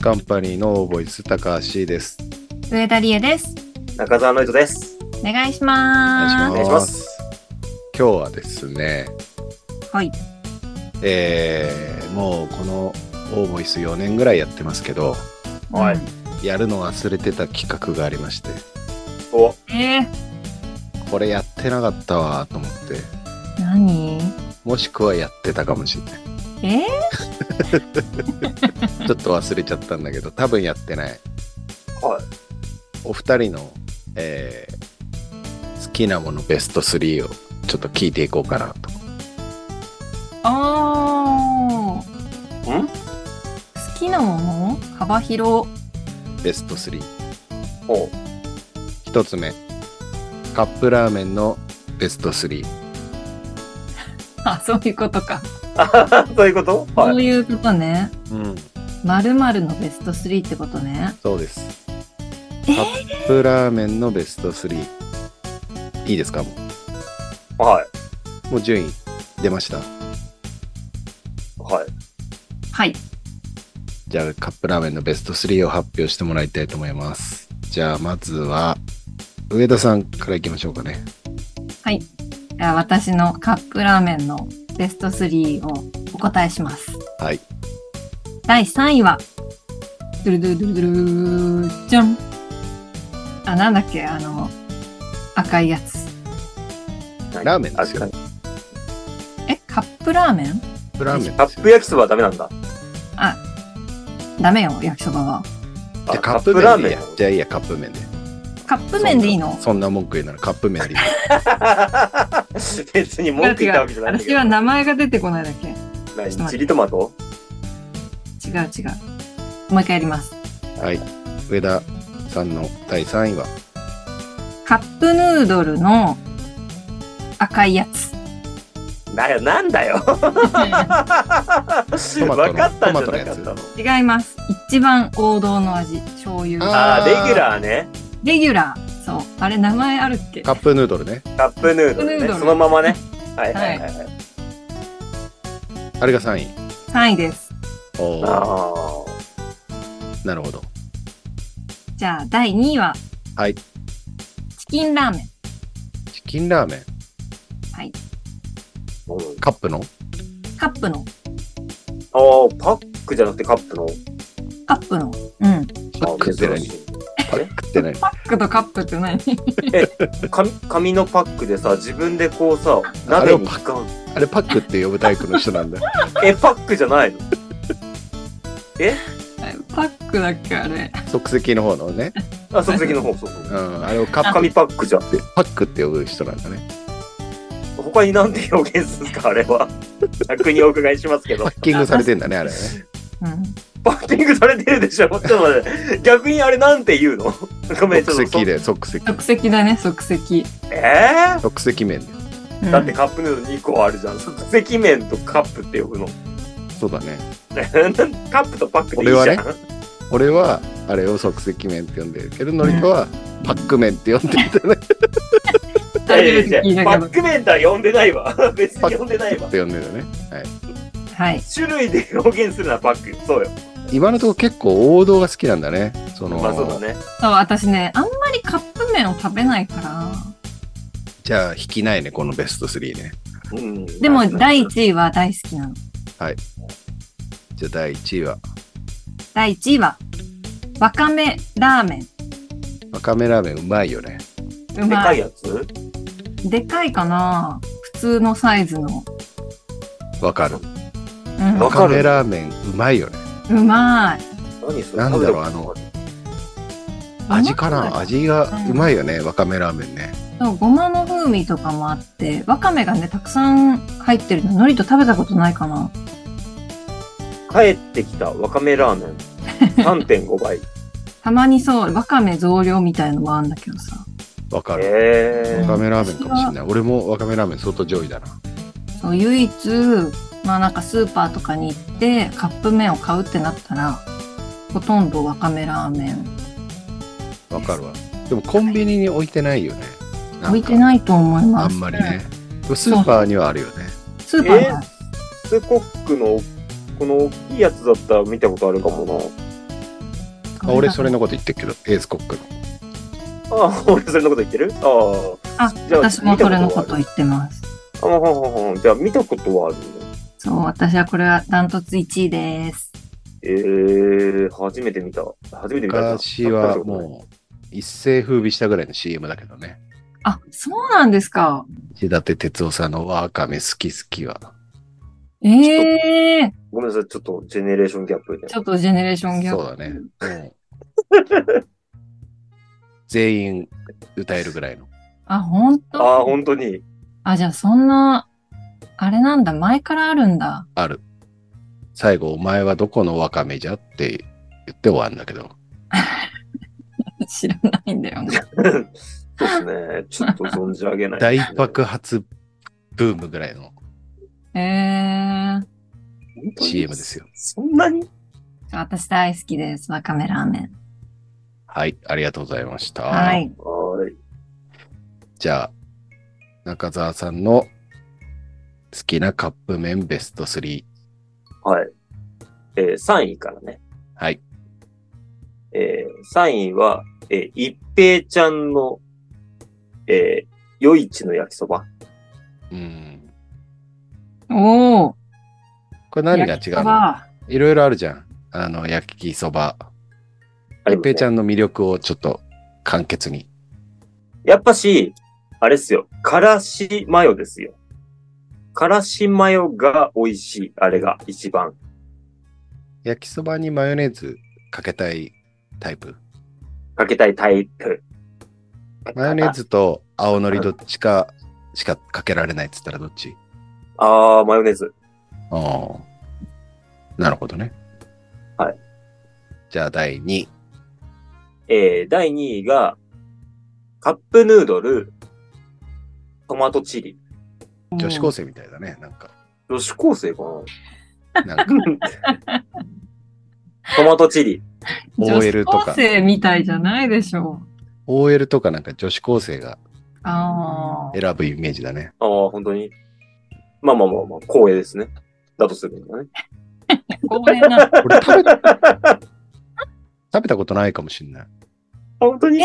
カンパニーのオーボイス高橋です。上田理恵です。中澤ノイトです。お願いしおます。願いしお願いしま。ます今日はですね、はい。えーもうこのオーボイス4年ぐらいやってますけど、はいうんやるの忘れてた企画がありまして、お、えー、これやってなかったわと思って、何もしくはやってたかもしれない。えー、ちょっと忘れちゃったんだけど、多分やってない。はい。お二人の、えー好きなものベスト3をちょっと聞いていこうかなと。あーん好きなもの幅広。ベスト3。お、 一つ目、カップラーメンのベスト3。あ、そういうことか。あそういうことはそい。ういうことね。うん、まるまるのベスト3ってことね。そうです。えカップラーメンのベスト3。いいですかもはう。もう順位出ました。い。はい。はい。じゃあカップラーメンのベスト3を発表してもらいたいと思います。じゃあまずは、上田さんからいきましょうかね。じゃあ私のカップラーメンのベスト3をお答えします。はい。第3位は、ドゥルドゥルドゥルドゥルーじゃんあ、なんだっけ、あの、赤いやつ。ラーメンですよあえ、カップラーメンカップラーメンカですップよ。焼きそばはダメなんだ。ダメよ、焼きそばは。あじゃあカップ麺でいいカやッ。プじゃあいいや、カップ麺で。カップ麺でいいのそんな文句言うならカップ麺 でいい。ラーメン 別に文句言ったわけじゃないんだけ私どは。名前が出てこないだけ。違う何チリトマト違う。もう一回やります。はい。上田さんの第3位は、カップヌードルの赤いやつ。なよ、なんだよ。トマトの分かったトんじゃなかったマトの。違います。一番王道の味。醤油。ああーー、レギュラーね。レギュラー。そう。あれ、名前あるっけカップヌードルね。カップヌードカップルヌードね。ルそのままね。はいはいはいはい。あれが3位。 ?3 位です。おーあなるほど。じゃあ、第2位は、はいチキンラーメン。チキンラーメン。ーうんカップのカップの。あー、パックじゃなくてカップの。カップの。うん。パックってあー何珍しいパックって何パックとカップって何紙紙のパックでさ自分でこうさあれ鍋をにパッ使うのあれパックって呼ぶタイプの人 なんだ。えパックじゃな いの パックだっけあれ。即席の方のね。。あ即席の方そうそううんあれをカップっ紙パックじゃんて、パックって呼ぶ人なんだね。他になんて表現するんですかあれは逆にお伺いしますけパ どッキングされてんだね、あれはね。うん。パッキングされてる でしょちょっと待って逆にあれなんて言うの ごめんちょ即っと席で、即席。即席だね、即席。え即席麺で。うー、んだってカップヌードル2個あるじゃん即席麺とカップって呼ぶの そうだね。カップとパックでいいじゃん、俺は俺は、あれを即席麺って呼んでるけど、ノリトはパック麺って呼んでるんだね。初めて聞いいやいやいやたパけック麺とは呼んでないわ 別に呼んでないわって呼んでるね。はい。ど。はい。種類で表現するのはパックそうよ今のところ結構王道が好きなんだね。その、まあそうだねそう、私ね、あんまりカップ麺を食べないから。じゃあ引きないね、このベスト3ね。うんでも、第1位は大好きなの。じゃあ第1位は、第1位は、わかめラーメン。わかめラーメンうまいよね。うでまかい。いやつでかいかな普通のサイズの。わかる。うんわわかかるめラーメンうまいよね。うまい。何それなんだろうあの味かうまいな味がうまいよね、わかめラーメンね。そうごまの風味とかもあってわかめがねたくさん入ってるの海苔と食べたことないかな帰ってきたわかめラーメン3.5倍 たまにそうわかめ増量みたいのもあるんだけどさわかる。えわかうんめラーメンかもしれない。俺もわかめラーメン相当上位だな。そう唯一まあなんかスーパーとかに行ってカップ麺を買うってなったらほとんどわかめラーメンわかるわ。でもコンビニに置いてないよね。んか置いてないと思いあますんまりね。でもスーパーにはあるよね。スーパーえがスコックのこの大きいやつだったら見たことあるかもなあ俺それのこと言ってるけど、エースコックの。あ あ、俺それのこと言ってるああ。あじゃあ私もそれのこと言ってますあほんほんほんじゃあ見たことはあるね。そう私はこれはダントツ1位ですえー、初めて見た。初めて見た。昔はもう一世風靡したぐらいの CM だけどね。あそうなんですか千立哲夫さんのワカメ好き好きは。ええう。ごめんなさい、ちょっとジェネレーションギャップで。ちょっとジェネレーションギャッそプうだね。もう全員歌えるぐらいの。あ本あ当あ、本当に。あじゃあそんなあれなんだ前からあるんだ ある。最後、お前はどこのワカメじゃって言って終わるんだけど。知らないんだよ ね。そうですね。ちょっと存じ上げな い、大。爆発ブームぐらいのえー、 CM ですよ。そんなに私大好きです。わかめラーメン。はい、ありがとうございました。はい。はーい。じゃあ、中澤さんの好きなカップ麺ベスト3。はい。えー、3位からね。はい。えー、3位は、えー、一平ちゃんの、えー、夜市の焼きそば。うん。おお。これ何が違うのあいろいろあるじゃん。あの、焼きそば。あれ一平ちゃん。んの魅力をちょっと簡潔に。やっぱし、あれっすよ。からしマヨですよ。からしマヨが美味しい。あれが一番。焼きそばにマヨネーズかけたいタイプ。かけたいタイプ。マヨネーズと青のりどっちかしかかけられないっつったらどっちああ、マヨネーズ。ああ。なるほどね。はい。じゃあ第2位。えー、第2位が、カップヌードル、トマトチリ。女子高生みたいだね。なんか。女子高生かなんか なトマトチリ。 OL と女子高か、生みたいじゃないでしょ OL とかなんか女子高生がう。ああ。選ぶイメージだね。ああ、本当に。まあまあまあまあ、光栄ですね。だとするんだね。光栄な。俺食べ 食べたことないかもしんない。本当に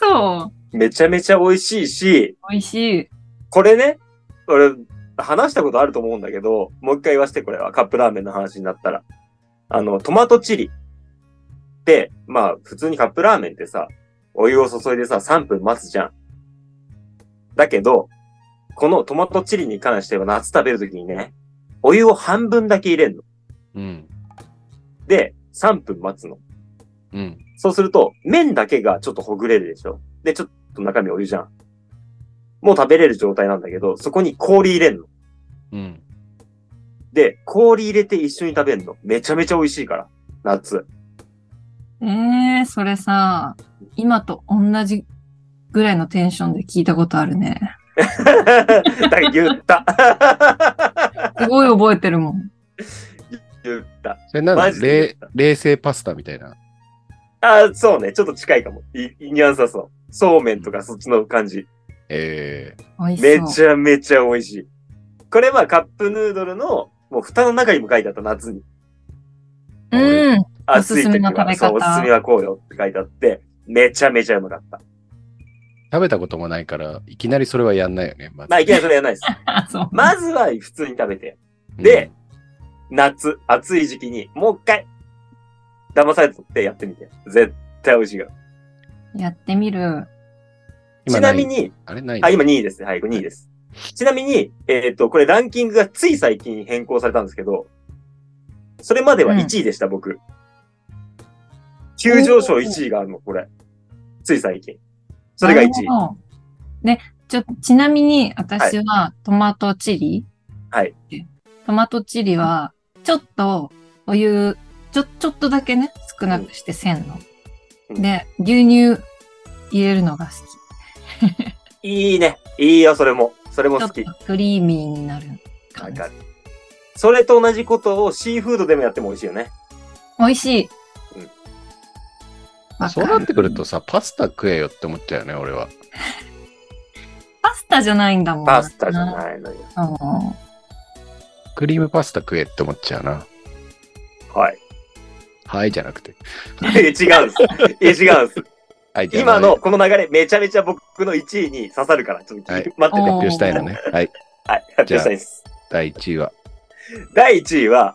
嘘。めちゃめちゃ美味しいし、美味しい。これね、俺、話したことあると思うんだけど、もう一回言わせて、これは。カップラーメンの話になったら。あの、トマトチリって、まあ、普通にカップラーメンってさ、お湯を注いでさ、3分待つじゃん。だけど、このトマトチリに関しては夏食べるときにね、お湯を半分だけ入れんの。うん。で、3分待つの。うん。そうすると、麺だけがちょっとほぐれるでしょ。で、ちょっと中身お湯じゃん。もう食べれる状態なんだけど、そこに氷入れんの。うん。で、氷入れて一緒に食べんの。めちゃめちゃ美味しいから。夏。ええー、それさ、今と同じぐらいのテンションで聞いたことあるね。 だから言った。 すごい覚えてるもん。言った。それなんだマジで冷冷製パスタみたいな。あ、そうね。ちょっと近いかも。いいニュアンスはそう。そうめんとかそっちの感じ。え美味めしそう。ちゃめちゃ美味しい。これはカップヌードルの、もう蓋の中にも書いてあった夏に。ゃうん。おす暑いす時めの食べは、方そう、おすすめはこうよって書いてあって、めちゃめちゃうまかった。ー食べたこともないから、いきなりそれはやんないよね。まずまあ、いきなりそれ やらないです。あ、そう。まずは普通に食べて。うんで夏、暑い時期に、もう一回、騙されとってやってみて。絶対美味しいから。やってみる。今なちないみに、あれないあ、今2位ですね。はい、これ2位です。ちなみに、えっ、と、これランキングがつい最近変更されたんですけど、それまでは1位でした、僕。急上昇1位があるの、これ。つい最近。それが1位。なるほど。で、ちょ、ちなみに私はトマトチリ、はいトマトチリは、ちょっとお湯、ちょ、ちょっとだけね、少なくしてせんの。うんで、牛乳入れるのが好き。いいね。いいよ、それも。それも好きちょ。っとクリーミーになるわ感じか。る。それと同じことをシーフードでもやっても美味しいよね。美味しいうん。わそうかなっる。てくるとさ、パスタ食えよって思っちゃうよね、俺は。パスタじゃないんだもん。パスタじゃい。ないのよ。クリームパスタ食えって思っちゃうな。はい。はいじゃなくて。 いや違うんです。いや違うんです。はい、じゃあ今のこの流れ、めちゃめちゃ僕の1位に刺さるから、ちょっと聞いて待って発て。表したいのね。はい。はい、発表したいです。第1位は。第1位は、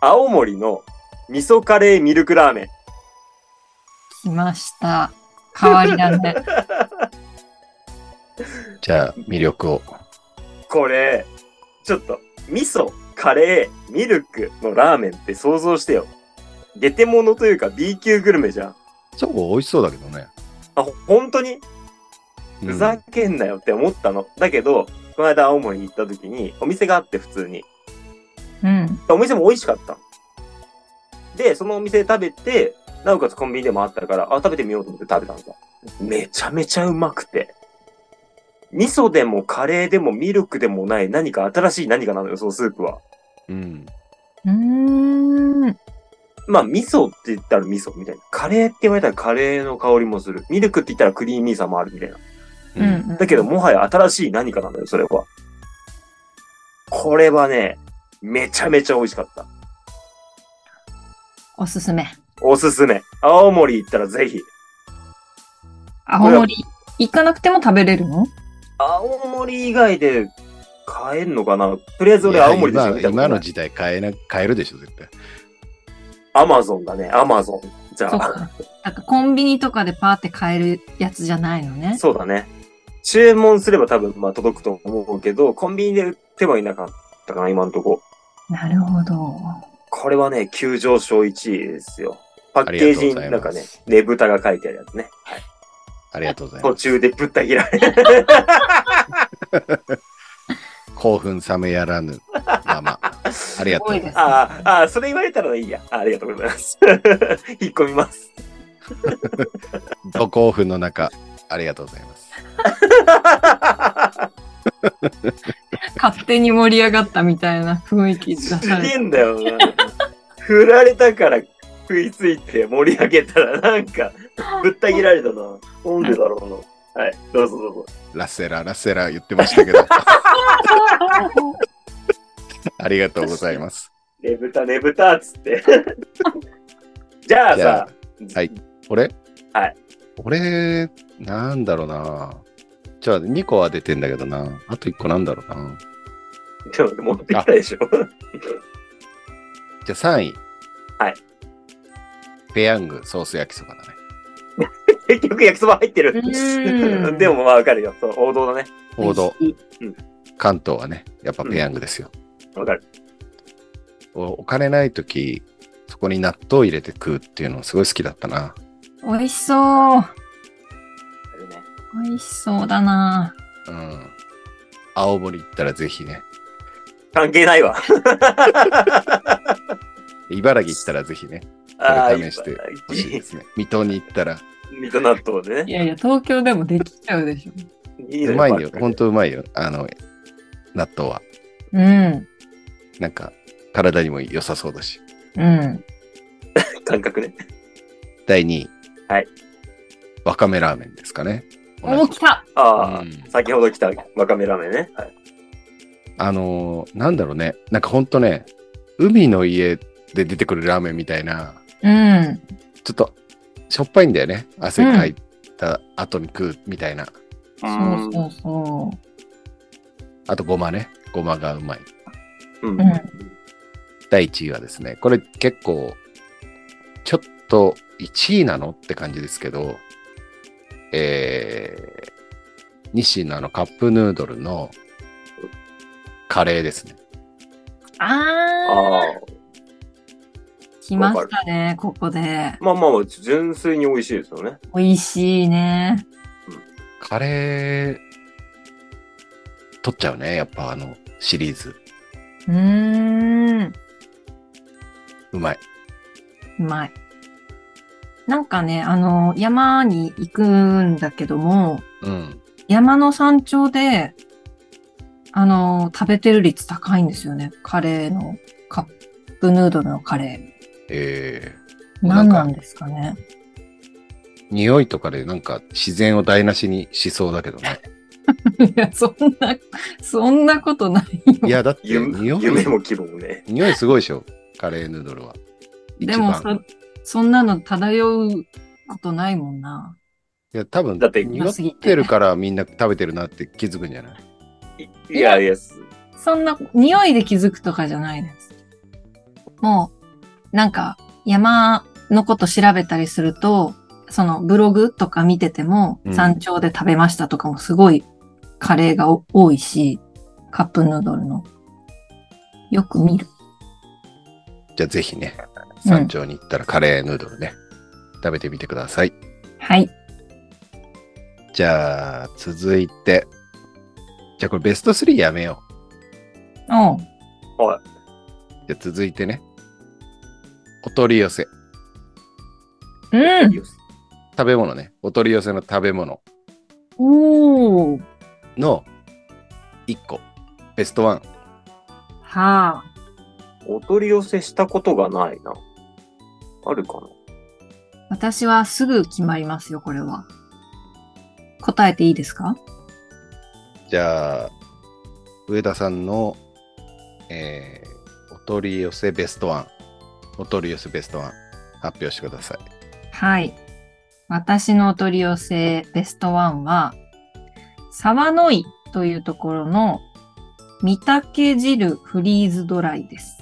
青森の味噌カレーミルクラーメン。来ました。変わり だね。じゃあ、魅力を。これ、ちょっと、味噌、カレー、ミルクのラーメンって想像してよ。下手物というか B 級グルメじゃん。そう、美味しそうだけどね。あ、ほ本当にうんふざけんなよって思ったの。だけど、この間青森に行った時に、お店があって普通に。うん。お店も美味しかったの。で、そのお店で食べて、なおかつコンビニでもあったから、あ、食べてみようと思って食べたんだ。めちゃめちゃうまくて。味噌でもカレーでもミルクでもない何か新しい何かなのよ、そのスープは。うん。うーん。まあ、味噌って言ったら味噌みたいな。カレーって言われたらカレーの香りもする。ミルクって言ったらクリーミーさもあるみたいな。うんう。ん。だけど、もはや新しい何かなんだよ、それは。これはね、めちゃめちゃ美味しかった。おすすめ。おすすめ。青森行ったらぜひ。青森行かなくても食べれるの青森以外で買えんのかなとりあえずい俺や青森でしか見た今ことない今の時代買えな、買えるでしょ、絶対。アマゾンだね、アマゾン。じゃそっあ、か。なんかコンビニとかでパーって買えるやつじゃないのね。そうだね。注文すれば多分まあ届くと思うけど、コンビニで売ってはいなかったかな、今のとこ。なるほど。これはね、急上昇1位ですよ。パッケージになんかありがとうございねます、ねぶたが書いてあるやつね。ありがとうござい途ます。中でぶった切られる。興奮冷めやらぬ。まあまあ。ありがとうございます。ああ、ああ、それ言われたらいいや。あありがとうございます。 引っ込みます。ご興奮の中、ありがとうございます。勝手に盛り上がったみたいな雰囲気出さすれげえて。んだよな。振られたから食いついて盛り上げたらなん かぶった切られたな。なんでだろうな。はい、どうぞどうぞ。ラッセラー、ラッセラー言ってましたけ ど。 ありがとうございます。ねぶたねぶたっつって。 じゃあじゃさあ、はい俺はい。俺、なんだろうな。じゃあ、2個は出てんだけどな。あと1個なんだろうな。でも 持ってきたでしょ。じゃあ3位。はい。ペヤングソース焼きそばだね。結局焼きそば入ってるう。ーん でもまあわかるよ。そう、王道だね。報道、うん関東はね、やっぱペヤングですよ。わかる。おお金ないとき、そこに納豆入れて食うっていうのすごい好きだったな。美味しそう。あるね美味しそうだな。うん。青森行ったらぜひね。関係ないわ。茨城行ったらぜひね。あ試して欲しいでーすね。水戸に行ったら。ミト納豆でいね。やいや、東京でもできちゃうでしょ。いうのまいんだよ。まほんとうまいよ。あの、納豆は。うん。なんか、体にも良さそうだし。うん。あ感覚ね。第2位。はい。わかめラーメンですかね。お、同じ来たああ、うん先ほど来たわかめラーメンね。はいあのーなんだろうね。なんかほんとね、海の家で出てくるラーメンみたいな、うん。ちょっとしょっぱいんだよね。汗かいた後に食うみたいな。そうそうそあとごまね。ごまがうまい。うんううんん。第1位はですね、これ結構、ちょっと1位なのって感じですけど、えー、日清のあのカップヌードルのカレーですね。う。あああ、あ。来ましたね、ここで。まあまあまあ、純粋に美味しいですよね。美味しいね。カレー、取っちゃうね。やっぱあのシリーズ。うーん。うまい。うまい。なんかね、あの、山に行くんだけども、うん。山の山頂で、あの、食べてる率高いんですよね。カレーの、カップヌードルのカレえー。なん何かなんですかね。ー、匂いとかでなんか自然を台無しにしそうだけどね。 いや、そんな、そんなことないいよ。や、だって夢匂い、夢も希望もね。匂いすごいでしょ。カレーヌードルは。でも一番そ、そんなの漂うことないもんな。いや、多分、だって濁ってるからみんな食べてるなって気づくんじゃないいいや、いや、すそんな、匂いで気づくとかじゃないです。もう、なんか、山のこと調べたりすると、そのブログとか見てても、うん山頂で食べましたとかもすごいカレーがお多いし、カップヌードルの。よく見る。じゃあぜひね、山頂に行ったらカレーヌードルね、食べてみてください。はい。じゃあ、続いて。じゃあこれベスト3やめよおうう。じゃあ続いてね。お取り寄せ。うん。食べ物ね。お取り寄せの食べ物おー。の1個。ベストワン。はあ。お取り寄せしたことがないな。あるかな私はすぐ決まりますよ、これは。答えていいですかじゃあ、上田さんの、えーお取り寄せベストワン。お取り寄せベストワン。発表してください。はい。私のお取り寄せベストワンは、沢の井というところの、御嶽汁フリーズドライです。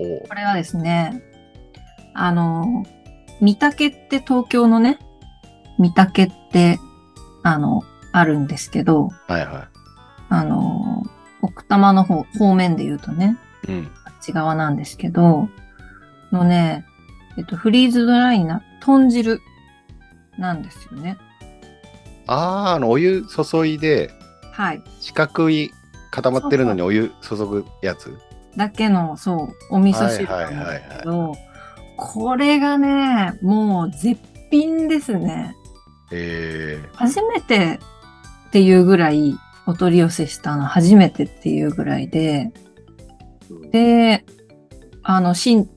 おうこれはですね、あの、御嶽って東京のね、御嶽って、あの、あるんですけど、はいはあの、奥多摩の方、方面で言うとね、い。うん。あっち側なんですけど、のね、えっと、フリーズドライな豚汁なんですよね。あー、あの、お湯注いで、はい。四角い固まってるのにお湯注ぐやつ。だけの、そう、お味噌汁はいはいなんはいはいですけど、これがね、もう絶品ですね。えー、初めてっていうぐらい、お取り寄せしたの初めてっていうぐらいで、で、あの、しん、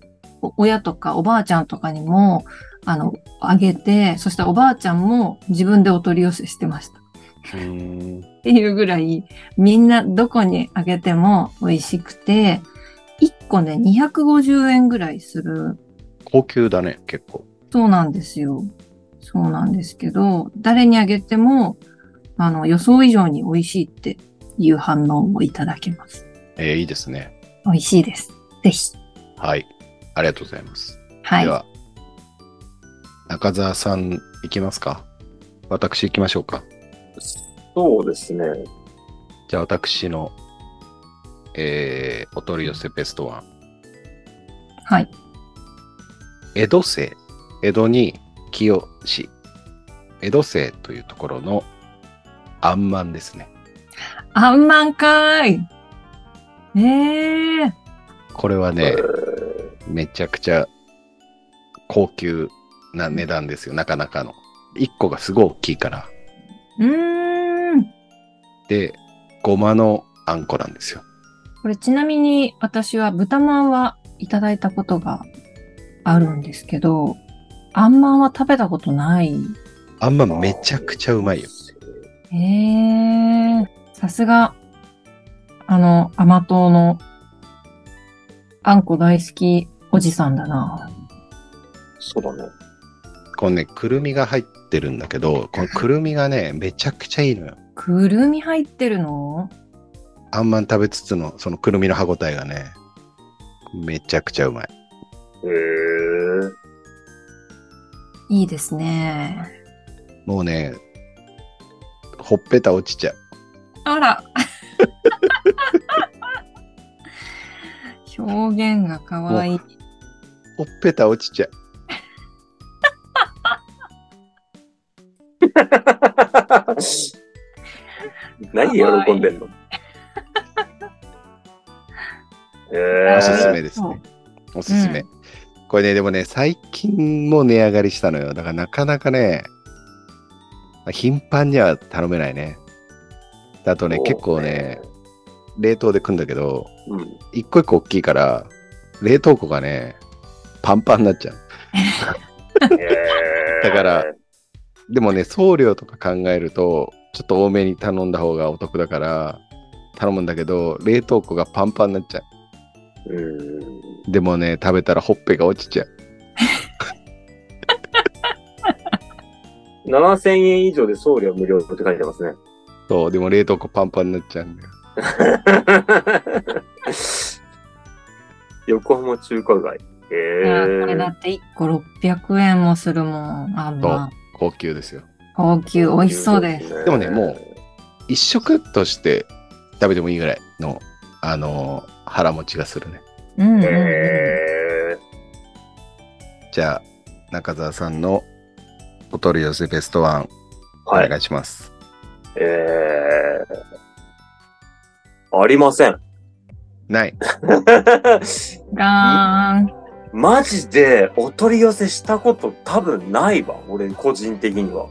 お親とかおばあちゃんとかにも、あの、あげて、そしておばあちゃんも自分でお取り寄せしてました。うーん。っていうぐらい、みんなどこにあげても美味しくて、1個ね、250円ぐらいする。高級だね、結構。そうなんですよ。そうなんですけど、誰にあげても、あの、予想以上に美味しいっていう反応をいただけます。えー、いいですね。美味しいです。ぜひ。はい。ありがとうございます。はいで。は、中澤さん、行きますか私行きましょうか。そうですね。じゃあ私の、えーお取り寄せベストワン。はい。江戸清、江戸に清市、江戸清というところのあんまんですね。あんまんかーい。ねえ。これはねえ、ーめちゃくちゃ高級な値段ですよ、なかなかの。1個がすごい大きいから。うーん。で、ごまのあんこなんですよ。これちなみに私は豚まんはいただいたことがあるんですけど、あんまんは食べたことない。あんまんめちゃくちゃうまいよ。。へえ。さすが、あの、甘党のあんこ大好きおじさんだな。そうだね。このね、くるみが入ってるんだけど、このくるみがね、めちゃくちゃいいのよ。くるみ入ってるのあんまん食べつつの、そのくるみの歯ごたえがね、めちゃくちゃうまい。へえ。いいですね。もうね、ほっぺた落ちちゃう。あら。 表現が可愛い。ほっぺた落ちちゃう。何喜んでんのええーおすすー、めですね。おすすめ。これね、でもね、最近も値上がりしたのよ。だからなかなかね、頻繁には頼めないね。あとね、結構ね、冷凍で食うんだけど、そう ね、一個一個大きいから、冷凍庫がね、パンパンになっちゃう。うん、えーだから、でもね、送料とか考えると、ちょっと多めに頼んだ方がお得だから、頼むんだけど、冷凍庫がパンパンになっちゃうん、う。でもね、食べたらほっぺが落ちちゃう。 7000円以上で送料無料って書いてますね。そう、でも冷凍庫パンパンになっちゃうんだよ。 横浜中華街。えいやこれだー、って1個600円もするもん。あんま高級ですよ。高級、美味しそうです。すでもねも一食として食べてもいいぐらいの、あのー腹持ちがするね。うんうんうん。えじゃあ、中澤さんのお取り寄せベストワン、ー、おはい。願いします。えー、ありません。 ない。ガーン。マジでお取り寄せしたこと多分ないわ。俺個人的には。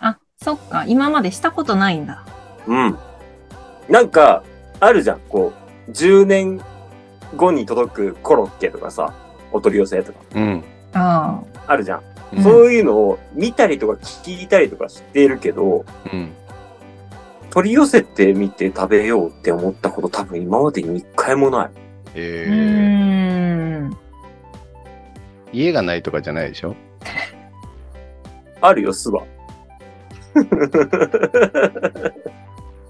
あ、そっか。今までしたことないんだ。うん。なんか、あるじゃん。こう、10年後に届くコロッケとかさ、お取り寄せとか、うん。ああ。あるじゃん。うんそういうのを見たりとか聞いたりとかしているけど、うん。取り寄せてみて食べようって思ったこと多分今までに一回もない。うえーーん。家がないとかじゃないでしょあるよ、すば。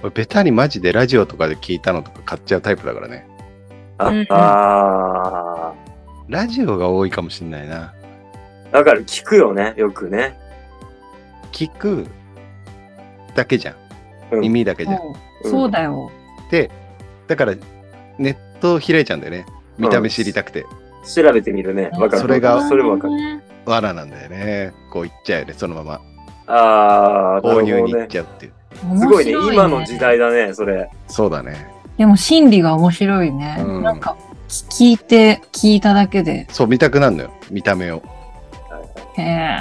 俺ベタにマジでラジオとかで聞いたのとか買っちゃうタイプだからね。あうんうんあラジオが多いかもしんないな。ー、だから聞くよね、よくね。聞くだけじゃん。うん耳だけじゃん。そうそうだよ。で、だからネットを開いちゃうんだよね。見た目知りたくて。調べてみるね。わかる。それがそれもわかる。る。罠なんだよね。こう言っちゃうよね、そのまま。あー、な購る入ほにど行っね。ちゃうっていう。すすごいね。今の時。代だね、それ。そうだね。でも心理が面白いね。うんなんか聞いて聞いただけで。そう、見たくなるのよ。見た目を。へえ。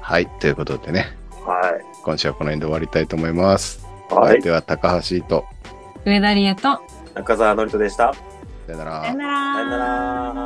はい。ということでね、は今週はこの辺で終わりたいと思います。い。はいで。は、高橋と、上田理恵と。中澤のりとでした。さよならさよならさよなら。